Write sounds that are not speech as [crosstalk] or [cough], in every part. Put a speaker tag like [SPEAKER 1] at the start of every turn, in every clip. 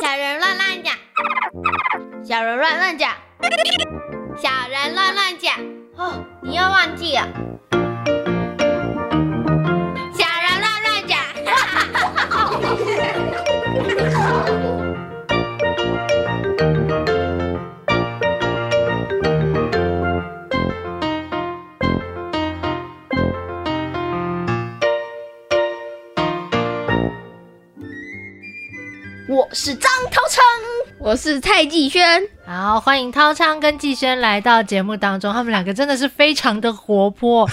[SPEAKER 1] 小人乱乱讲，小人乱乱讲，小人乱乱讲。哦，你又忘记了。小人乱乱讲，
[SPEAKER 2] 我是张涛昌，我是蔡继轩，
[SPEAKER 3] 好，欢迎涛昌跟季轩来到节目当中，他们两个真的是非常的活
[SPEAKER 4] [laughs]
[SPEAKER 3] 泼。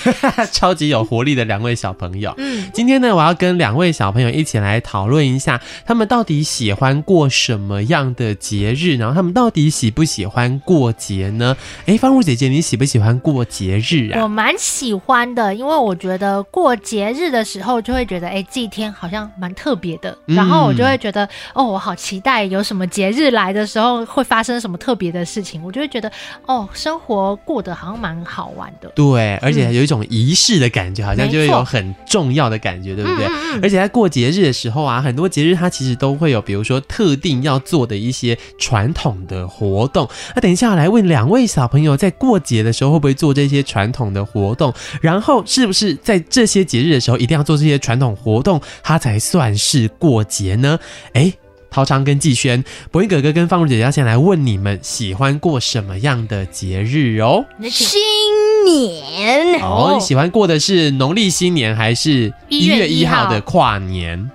[SPEAKER 4] 超级有活力的两位小朋友。
[SPEAKER 3] 嗯，
[SPEAKER 4] 今天呢，我要跟两位小朋友一起来讨论一下，他们到底喜欢过什么样的节日，然后他们到底喜不喜欢过节呢？诶，方如姐姐，你喜不喜欢过节日啊？
[SPEAKER 3] 我蛮喜欢的，因为我觉得过节日的时候就会觉得，哎，这一天好像蛮特别的，
[SPEAKER 4] 嗯
[SPEAKER 3] 然后我就会觉得，哦，我好期待有什么节日来的时候会发生什么特别的事情，我就会觉得，哦，生活过得好像蛮好玩的。
[SPEAKER 4] 对，而且有一种仪式的感觉，好像就会有很重要的感觉，对不对？
[SPEAKER 3] 嗯嗯
[SPEAKER 4] 而且在过节日的时候啊，很多节日它其实都会有，比如说特定要做的一些传统的活动。那等一下我来问两位小朋友，在过节的时候会不会做这些传统的活动？然后是不是在这些节日的时候一定要做这些传统活动，它才算是过节呢？诶，陶昌跟季轩，博英哥哥跟方如姐姐要先来问你们喜欢过什么样的节日哦？
[SPEAKER 3] 嗯，而且
[SPEAKER 2] 新年
[SPEAKER 4] 哦，你喜欢过的是农历新年还是
[SPEAKER 3] 1
[SPEAKER 4] 一
[SPEAKER 3] 月
[SPEAKER 4] 月
[SPEAKER 3] 1
[SPEAKER 4] 一
[SPEAKER 3] 号
[SPEAKER 4] 号的跨年？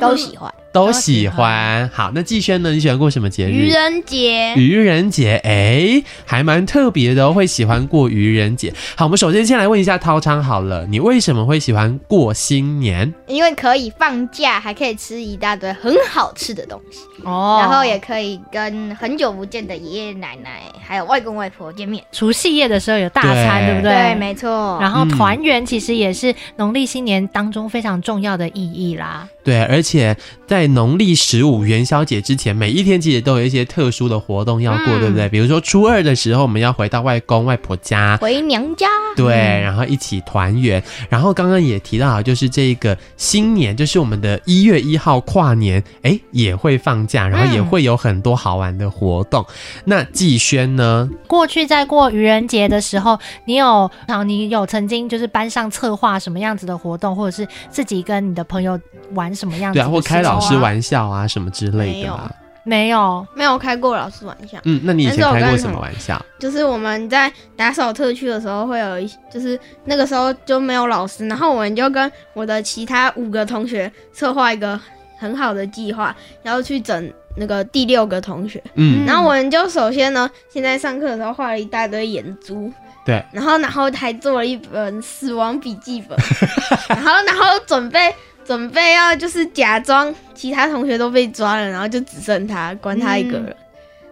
[SPEAKER 2] 都喜欢。
[SPEAKER 4] 都喜欢。好，那季轩呢？你喜欢过什么节
[SPEAKER 2] 愚
[SPEAKER 4] 日？
[SPEAKER 2] 人节，
[SPEAKER 4] 愚人节，哎、还蛮特别的哦，会喜欢过愚人节。好，我们首先先来问一下涛昌好了，你为什么会喜欢过新年？
[SPEAKER 2] 因为可以放假，还可以吃一大堆很好吃的东西，
[SPEAKER 3] 哦，
[SPEAKER 2] 然后也可以跟很久不见的爷爷奶奶还有外公外婆见面。
[SPEAKER 3] 除夕夜的时候有大餐，
[SPEAKER 4] 对
[SPEAKER 3] 对不
[SPEAKER 2] 对，没错。
[SPEAKER 3] 然后
[SPEAKER 4] 嗯
[SPEAKER 3] 团圆其实也是农历新年当中非常重要的意义啦。
[SPEAKER 4] 对，而且在农历十五元宵节之前，每一天其实都有一些特殊的活动要过，
[SPEAKER 3] 嗯
[SPEAKER 4] 对不对？比如说初二的时候，我们要回到外公外婆家，
[SPEAKER 2] 回娘家，
[SPEAKER 4] 对，然后一起团圆。然后刚刚也提到啊，就是这个新年，就是我们的一月一号跨年，哎，也会放假，然后也
[SPEAKER 3] 嗯
[SPEAKER 4] 会有很多好玩的活动。那季轩呢？
[SPEAKER 3] 过去在过愚人节的时候，你有呃常你有曾经就是班上策划什么样子的活动，或者是自己跟你的朋友玩什么样子
[SPEAKER 4] 对
[SPEAKER 3] 的
[SPEAKER 4] 啊，或开老
[SPEAKER 3] 事
[SPEAKER 4] 师
[SPEAKER 3] 情吗
[SPEAKER 4] 玩笑啊，什么之类的、啊。
[SPEAKER 3] 没有？
[SPEAKER 5] 没有开过老师玩笑，
[SPEAKER 4] 嗯，那你以前
[SPEAKER 5] 但是
[SPEAKER 4] 开
[SPEAKER 5] 我
[SPEAKER 4] 过
[SPEAKER 5] 跟
[SPEAKER 4] 什么
[SPEAKER 5] 同
[SPEAKER 4] 玩笑？
[SPEAKER 5] 就是我们在打扫特区的时候会有一，就是那个时候就没有老师，然后我们就跟我的其他五个同学策划一个很好的计划，然后去整那个第六个同学。
[SPEAKER 4] 嗯，
[SPEAKER 5] 然后我们就首先呢，现在上课的时候画了一大堆眼珠，
[SPEAKER 4] 对，
[SPEAKER 5] 然后然后还做了一本死亡笔记本， [laughs] 然后然后准备准备要就是假装其他同学都被抓了，然后就只剩他关他一个
[SPEAKER 4] 嗯
[SPEAKER 5] 人。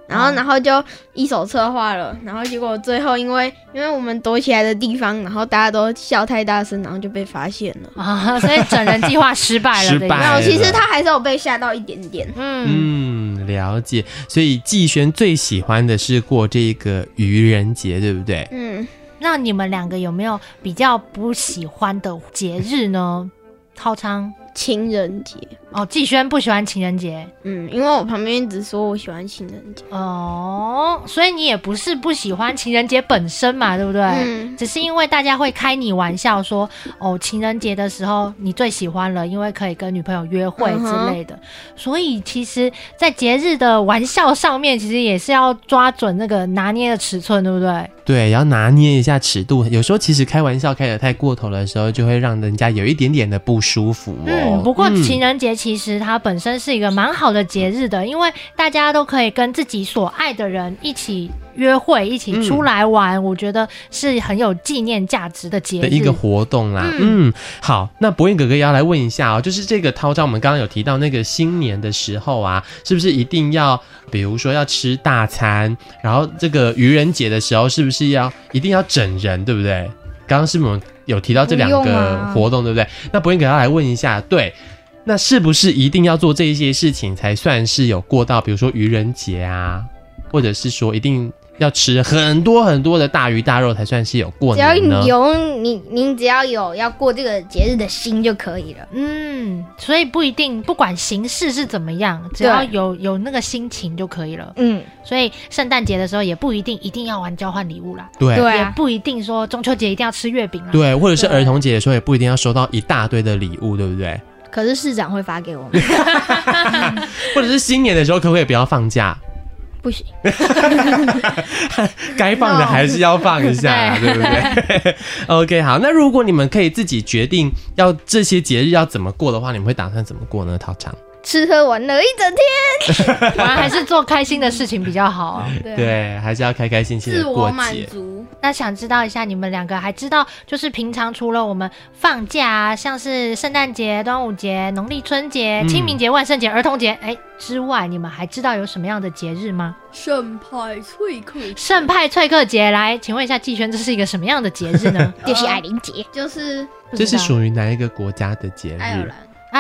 [SPEAKER 5] 然后，然后就一手策划了，然后结果最后因为因为我们躲起来的地方，然后大家都笑太大声，然后就被发现了。
[SPEAKER 3] 啊，所以整人计划失败
[SPEAKER 4] [laughs]
[SPEAKER 3] 了
[SPEAKER 4] 失
[SPEAKER 3] 的意思。
[SPEAKER 4] 败
[SPEAKER 5] 没有，
[SPEAKER 4] 了
[SPEAKER 5] 其实他还是有被吓到一点点。
[SPEAKER 3] 嗯，
[SPEAKER 4] 嗯，了解。所以季轩最喜欢的是过这个愚人节，对不对？
[SPEAKER 5] 嗯，
[SPEAKER 3] 那你们两个有没有比较不喜欢的节日呢？涛昌
[SPEAKER 5] 情人节，
[SPEAKER 3] 哦，季轩不喜欢情人节
[SPEAKER 5] 嗯，因为我旁边一直说我喜欢情人节。
[SPEAKER 3] 哦，所以你也不是不喜欢情人节本身嘛，对不对？
[SPEAKER 5] 嗯，
[SPEAKER 3] 只是因为大家会开你玩笑说，哦，情人节的时候你最喜欢了，因为可以跟女朋友约会
[SPEAKER 5] 嗯
[SPEAKER 3] 之
[SPEAKER 5] 哼
[SPEAKER 3] 类的。所以其实，在节日的玩笑上面，其实也是要抓准那个拿捏的尺寸，对不对？
[SPEAKER 4] 对，要拿捏一下尺度。有时候其实开玩笑开得太过头的时候，就会让人家有一点点的不舒服哦。
[SPEAKER 3] 嗯，不过
[SPEAKER 4] 嗯
[SPEAKER 3] 情人节其实它本身是一个蛮好的节日的，因为大家都可以跟自己所爱的人一起约会，一
[SPEAKER 4] 嗯
[SPEAKER 3] 起出来玩，我觉得是很有纪念价值的节日。
[SPEAKER 4] 的一个活动啦。嗯好，那博彦哥哥也要来问一下哦，就是这个涛章，我们刚刚有提到那个新年的时候啊，是不是一定要，比如说要吃大餐，然后这个愚人节的时候，是不是要一定要整人，对不对？刚刚是不是我们有提到这两
[SPEAKER 2] 不用
[SPEAKER 4] 个
[SPEAKER 2] 啊
[SPEAKER 4] 活动，对不对？那博彦哥哥要来问一下，对。那是不是一定要做这一些事情才算是有过到，比如说愚人节啊，或者是说一定要吃很多很多的大鱼大肉才算是有过
[SPEAKER 2] 只要
[SPEAKER 4] 年呢
[SPEAKER 2] 你？有你，您只要有要过这个节日的心就可以了。
[SPEAKER 3] 嗯，所以不一定，不管形式是怎么样，只要
[SPEAKER 2] 对
[SPEAKER 3] 有有那个心情就可以了。
[SPEAKER 2] 嗯，
[SPEAKER 3] 所以圣诞节的时候也不一定一定要玩交换礼物啦，
[SPEAKER 4] 对
[SPEAKER 2] 对
[SPEAKER 3] 也
[SPEAKER 2] 啊，
[SPEAKER 3] 不一定说中秋节一定要吃月饼啦。
[SPEAKER 4] 对，或啊者是儿童节的时候也不一定要收到一大堆的礼物，对不对？
[SPEAKER 2] 可是市长会发给我们，
[SPEAKER 4] 或者是新年的时候可不可以不要放假？
[SPEAKER 2] 不行，
[SPEAKER 4] 该放的还是要放一下啦，对不对 [laughs] ？OK，好，那如果你们可以自己决定要这些节日要怎么过的话，你们会打算怎么过呢？陶长，
[SPEAKER 2] 吃喝玩乐一整天。
[SPEAKER 3] 果然还是做开心的事情比较好
[SPEAKER 4] [laughs]
[SPEAKER 3] 啊、
[SPEAKER 5] 对
[SPEAKER 4] 对，还是要开开心心
[SPEAKER 5] 自
[SPEAKER 4] 的
[SPEAKER 5] 我
[SPEAKER 4] 过
[SPEAKER 5] 满
[SPEAKER 4] 节。
[SPEAKER 5] 足，
[SPEAKER 3] 那想知道一下你们两个，还知道就是平常除了我们放假啊，像是圣诞节、端午节、农历春节、
[SPEAKER 4] 嗯
[SPEAKER 3] 清明节、万圣节、儿童节，哎之外，你们还知道有什么样的节日吗？
[SPEAKER 5] 盛派翠客
[SPEAKER 3] 圣派翠克节，来，请问一下季轩，这是一个什么样的节日
[SPEAKER 4] [laughs]
[SPEAKER 3] 呢？
[SPEAKER 2] 就是艾琳节，
[SPEAKER 5] 就是
[SPEAKER 3] 不知
[SPEAKER 4] 这
[SPEAKER 3] 道
[SPEAKER 4] 是属于哪一个国家的节
[SPEAKER 2] 哎
[SPEAKER 5] 爱尔
[SPEAKER 4] 日？
[SPEAKER 5] 兰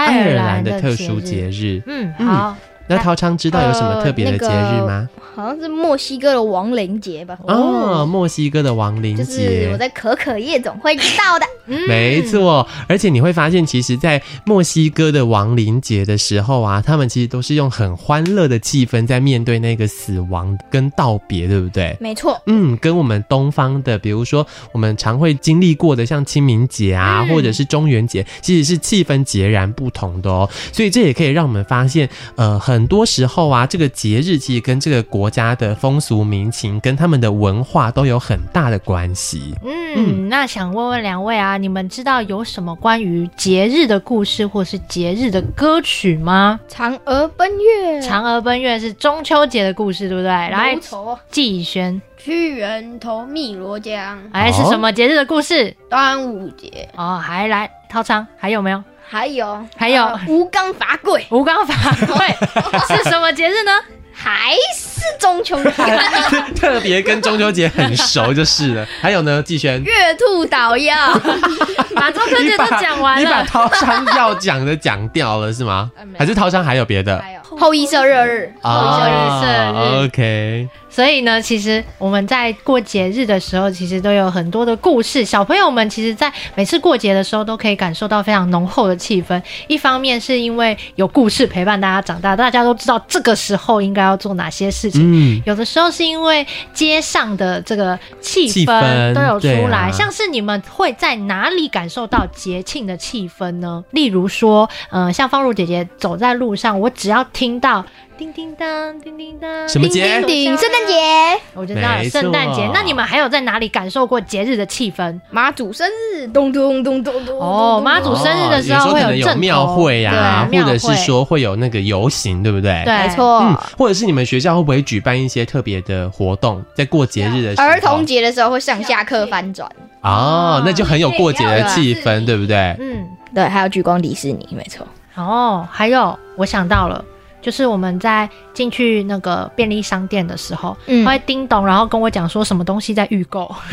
[SPEAKER 3] 爱尔
[SPEAKER 4] 兰的特
[SPEAKER 3] 节
[SPEAKER 4] 殊
[SPEAKER 3] 日
[SPEAKER 4] 节。日。
[SPEAKER 3] 嗯，好，
[SPEAKER 4] 那陶昌知道有什么特别的节日吗？
[SPEAKER 2] 好像是墨西哥的亡灵节吧？
[SPEAKER 4] 哦，，墨西哥的亡灵
[SPEAKER 2] 就是我
[SPEAKER 4] 节。
[SPEAKER 2] 在可可夜总会知道的。
[SPEAKER 3] 嗯
[SPEAKER 4] 没，错，而且你会发现，其实，在墨西哥的亡灵节的时候啊，他们其实都是用很欢乐的气氛在面对那个死亡跟道别，对不对？
[SPEAKER 2] [laughs] 没错，
[SPEAKER 4] 嗯，跟我们东方的，比如说我们常会经历过的，像清明节啊，
[SPEAKER 3] 嗯
[SPEAKER 4] 或者是中元节，其实是气氛截然不同的哦。所以这也可以让我们发现，呃，很多时候啊，这个节日其实跟这个国家的风俗民情跟他们的文化都有很大的关系。
[SPEAKER 3] 嗯，那想问问两位啊，你们知道有什么关于节日的故事或是节日的歌曲吗？
[SPEAKER 2] 嫦娥奔月，
[SPEAKER 3] 嫦娥奔月是中秋节的故事，对不对？来
[SPEAKER 2] 奴，愁
[SPEAKER 3] 季轩，
[SPEAKER 5] 屈原投汨罗江，
[SPEAKER 3] 哎，是
[SPEAKER 4] 哦
[SPEAKER 3] 什么节日的故事？
[SPEAKER 5] 端午节
[SPEAKER 3] 哦，还来涛昌，还有没有？
[SPEAKER 2] 还有
[SPEAKER 3] 还有
[SPEAKER 2] 呃吴刚伐桂，
[SPEAKER 3] 吴刚法会是什么节日呢？
[SPEAKER 2] 还是中秋 [laughs] 节。
[SPEAKER 4] 特别跟中秋节很熟就是了。还有呢，
[SPEAKER 3] [laughs]
[SPEAKER 4] 季轩，
[SPEAKER 5] 月兔捣药，
[SPEAKER 3] 把中秋节都讲完
[SPEAKER 4] 你把
[SPEAKER 3] 了，哎
[SPEAKER 4] 涛商要讲的讲掉了
[SPEAKER 3] [laughs]
[SPEAKER 4] 是吗？还是涛商还有别的？
[SPEAKER 2] 还有哎后羿射日日，
[SPEAKER 3] 后羿射日
[SPEAKER 4] 啊，OK。
[SPEAKER 3] 所以呢，其实我们在过节日的时候，其实都有很多的故事。小朋友们其实，在每次过节的时候，都可以感受到非常浓厚的气氛。一方面是因为有故事陪伴大家长大，大家都知道这个时候应该要做哪些事情。
[SPEAKER 4] 嗯，
[SPEAKER 3] 有的时候是因为街上的这个气
[SPEAKER 4] 气
[SPEAKER 3] 氛
[SPEAKER 4] 氛
[SPEAKER 3] 都有出
[SPEAKER 4] 对
[SPEAKER 3] 来，
[SPEAKER 4] 啊
[SPEAKER 3] 像是你们会在哪里感受到节庆的气氛呢？例如说，呃，像方如姐姐走在路上，我只要听到叮叮当、叮叮当，
[SPEAKER 4] 什么
[SPEAKER 3] 叮
[SPEAKER 4] 节
[SPEAKER 3] 叮
[SPEAKER 2] 顶
[SPEAKER 3] 咚
[SPEAKER 2] 圣诞，节，
[SPEAKER 3] 我就知道有
[SPEAKER 4] 没
[SPEAKER 3] 圣诞节
[SPEAKER 4] 错。
[SPEAKER 3] 那你们还有在哪里感受过节日的气氛？
[SPEAKER 2] [laughs] 妈祖生日，咚咚咚咚咚。
[SPEAKER 3] 哦，妈祖生日的时
[SPEAKER 4] 哦有
[SPEAKER 3] 候会
[SPEAKER 4] 可能有
[SPEAKER 3] 阵头
[SPEAKER 4] 庙会呀、
[SPEAKER 3] 对
[SPEAKER 4] 或
[SPEAKER 3] 庙
[SPEAKER 4] 者
[SPEAKER 3] 会
[SPEAKER 4] 是说会有那个游行，对不对？
[SPEAKER 3] 对
[SPEAKER 2] 没错。
[SPEAKER 4] 嗯，或者是你们学校会不会举办一些特别的活动，在过节日的时候？
[SPEAKER 2] 儿童节的时候会上下课翻转，
[SPEAKER 4] 哦，那就很有过节的气氛，对不对？
[SPEAKER 3] 嗯，
[SPEAKER 2] 对，还有聚光迪士尼，没错。
[SPEAKER 3] 哦，还有我想到了，就是我们在进去那个便利商店的时候，
[SPEAKER 2] 嗯
[SPEAKER 3] 他会叮咚，然后跟我讲说什么东西在预
[SPEAKER 4] [laughs]
[SPEAKER 3] 购， [laughs]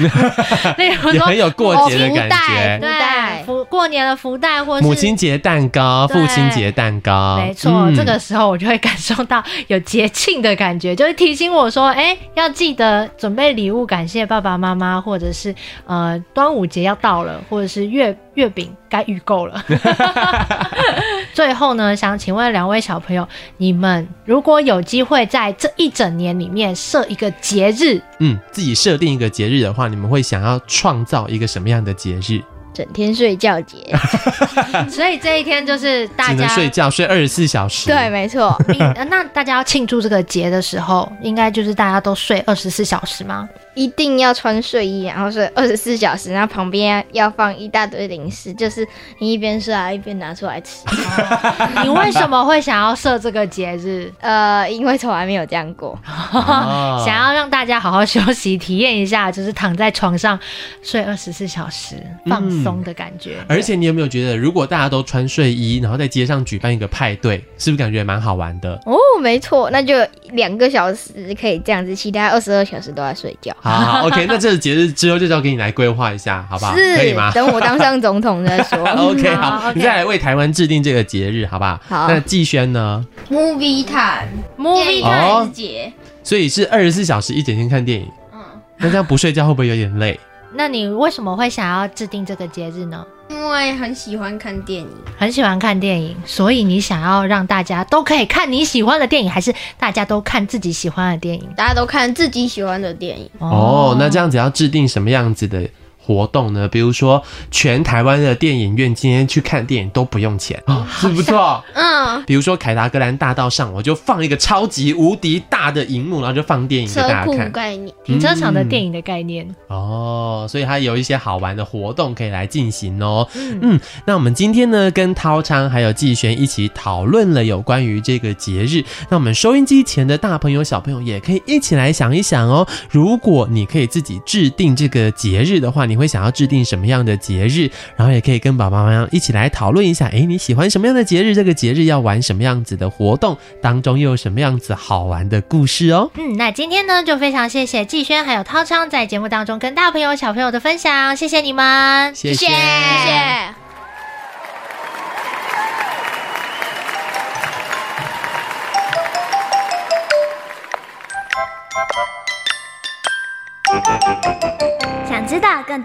[SPEAKER 3] 例如
[SPEAKER 4] 也
[SPEAKER 3] 说
[SPEAKER 4] 很有过节的
[SPEAKER 2] 哦福
[SPEAKER 4] 感
[SPEAKER 2] 袋
[SPEAKER 4] 觉。
[SPEAKER 2] 福袋
[SPEAKER 3] 对福过年的福袋或是
[SPEAKER 4] 母亲。节蛋糕、
[SPEAKER 3] 对
[SPEAKER 4] 父亲节蛋糕，
[SPEAKER 3] 没错，
[SPEAKER 4] 嗯
[SPEAKER 3] 这个时候我就会感受到有节庆的感觉，就是提醒我说，哎、要记得准备礼物，感谢爸爸妈妈，或者是呃端午节要到了，或者是月月饼该预购
[SPEAKER 4] [laughs]
[SPEAKER 3] 了。最后呢，想请问两位小朋友，你们如果有机会在这一整年里面设一个节日，
[SPEAKER 4] 嗯，自己设定一个节日的话，你们会想要创造一个什么样的节日？
[SPEAKER 2] 整天睡觉节，
[SPEAKER 4] [laughs]
[SPEAKER 3] 所以这一天就是大
[SPEAKER 4] 啊只能
[SPEAKER 3] 家 [laughs]
[SPEAKER 4] 睡觉，睡二十四小时。
[SPEAKER 2] 对，没错，
[SPEAKER 3] 你呃那大家要庆祝这个节的时候，应该就是大家都睡二十四小时吗？
[SPEAKER 2] 一定要穿睡衣，然后睡二十四小时，然后旁边要放一大堆零食，就是你一边睡啊一边拿出来
[SPEAKER 4] [laughs]
[SPEAKER 2] 吃。
[SPEAKER 3] 你为什么会想要设这个节
[SPEAKER 4] [laughs]
[SPEAKER 3] 日？
[SPEAKER 2] 呃，因为从来没有这样过，
[SPEAKER 4] 哦
[SPEAKER 3] [laughs] 想要让大家好好休息，体验一下就是躺在床上睡二十四小时
[SPEAKER 4] 嗯
[SPEAKER 3] 放松的感觉。
[SPEAKER 4] 而且你有没有觉得，如果大家都穿睡衣，然后在街上举办一个派对，是不是感觉蛮好
[SPEAKER 3] [laughs]
[SPEAKER 4] 玩的？
[SPEAKER 2] 哦，没错，那就两个小时可以这样子，其他二十二小时都在睡觉，
[SPEAKER 4] 好好，OK，那这个节日之后就交给你来规划一下，好不好？
[SPEAKER 2] 是
[SPEAKER 4] 可
[SPEAKER 3] [laughs]
[SPEAKER 4] 以吗
[SPEAKER 2] 等我当上总统再说。
[SPEAKER 4] ？OK，
[SPEAKER 3] 好
[SPEAKER 4] [laughs] 好，
[SPEAKER 3] [laughs] ，OK
[SPEAKER 4] 你再来为台湾制定这个节日，好不好？
[SPEAKER 2] 好
[SPEAKER 4] 那季轩呢？
[SPEAKER 5] ，Movie Time，
[SPEAKER 3] movie
[SPEAKER 4] 哦
[SPEAKER 5] time 节，
[SPEAKER 4] 所以是二十四小时一整天看电影。
[SPEAKER 5] 嗯，
[SPEAKER 4] 那这样不睡觉会不会有点累？
[SPEAKER 3] 那你为什么会想要制定这个节日呢？
[SPEAKER 5] 因为很喜欢看电影，
[SPEAKER 3] 很喜欢看电影，所以你想要让大家都可以看你喜欢的电影，还是大家都看自己喜欢的电影？
[SPEAKER 5] 大家都看自己喜欢的电影，
[SPEAKER 4] 哦，那这样子要制定什么样子的活动呢？比如说，全台湾的电影院今天去看电影都不用钱啊、是不错。
[SPEAKER 5] 嗯，
[SPEAKER 4] 比如说凯达格兰大道上，我就放一个超级无敌大的荧幕，然后就放电影给
[SPEAKER 5] 车
[SPEAKER 4] 大家
[SPEAKER 5] 库
[SPEAKER 4] 看。
[SPEAKER 5] 概念，
[SPEAKER 3] 停车场的电影的概念，
[SPEAKER 4] 哦，所以它有一些好玩的活动可以来进行哦。嗯，那我们今天呢，跟涛昌还有季璇一起讨论了有关于这个节日。那我们收音机前的大朋友、小朋友也可以一起来想一想哦。如果你可以自己制定这个节日的话，你会想要制定什么样的节日？然后也可以跟爸爸妈妈一起来讨论一下，诶，你喜欢什么样的节日？这个节日要玩什么样子的活动？当中又有什么样子好玩的故事哦？
[SPEAKER 3] 嗯，那今天呢，就非常谢谢季轩还有涛昌在节目当中跟大朋友小朋友的分享，谢谢你们，
[SPEAKER 4] 谢谢。
[SPEAKER 5] 谢谢。
[SPEAKER 6] 想知道更